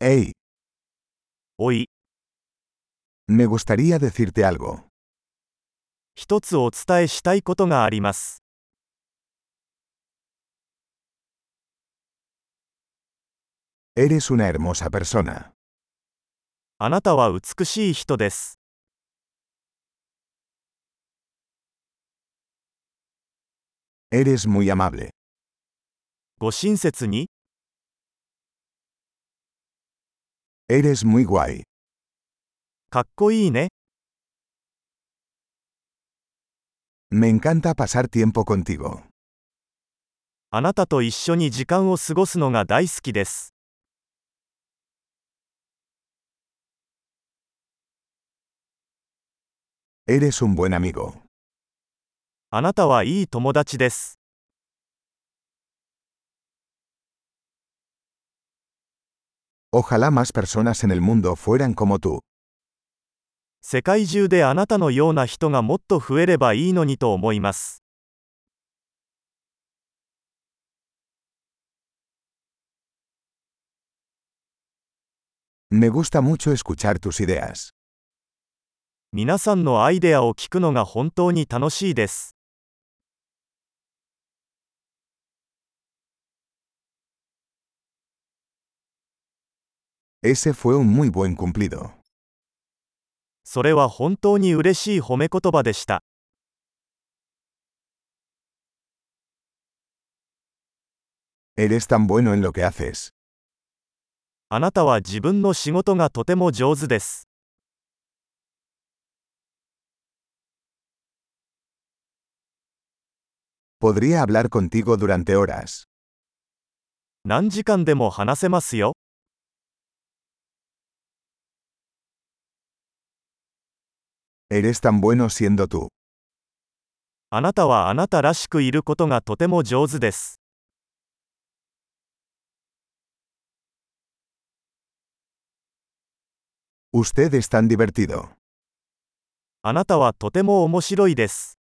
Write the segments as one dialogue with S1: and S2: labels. S1: Hey,
S2: おい、
S1: me gustaría decirte algo.
S2: 一つお伝えしたいことがあります。
S1: Eres una hermosa persona.
S2: あなたは美しい人です。
S1: Eres muy amable.
S2: ご親切に、
S1: Eres muy guay.
S2: かっこいいね。
S1: Me encanta pasar tiempo contigo.
S2: あなたと一緒に時間を過ごすのが大好きです。
S1: Eres un buen amigo.
S2: あなたはいい友達です。
S1: Ojalá más personas en el mundo fueran como tú.
S2: 世界中であなたのような人がもっと増えればいいのにと思います。
S1: Me gusta mucho escuchar tus ideas.
S2: 皆さんのアイデアを聞くのが本当に楽しいです。
S1: Ese fue un muy buen cumplido.
S2: それは本当に嬉しい褒め言葉でした。
S1: Eres tan bueno en lo que haces.
S2: あなたは自分の仕事がとても上手です。
S1: Podría hablar contigo durante horas.
S2: 何時間でも話せますよ。
S1: Eres tan bueno siendo tú.
S2: あなたはあなたらしくいることがとても上手です。
S1: Usted es tan divertido.
S2: あなたはとても面白いです。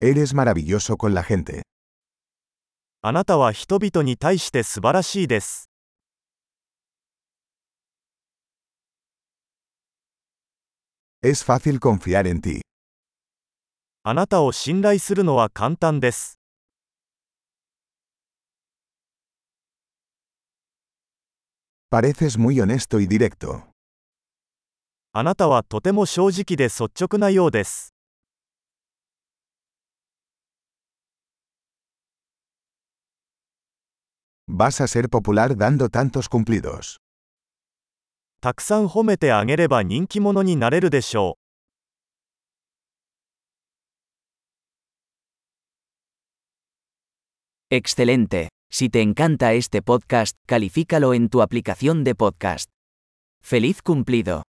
S1: Eres maravilloso con la gente.
S2: あなたは人々に対して素晴らしいです。
S1: Es fácil confiar en ti.
S2: あなたを信頼するのは簡単です。
S1: Pareces muy honesto y directo.
S2: あなたはとても正直で率直なようです。
S1: Vas a ser popular dando tantos cumplidos.
S2: たくさん褒めてあげれば人気者になれるでしょう。
S3: Excelente. Si te encanta este podcast, califícalo en tu aplicación de podcast. ¡Feliz cumplido!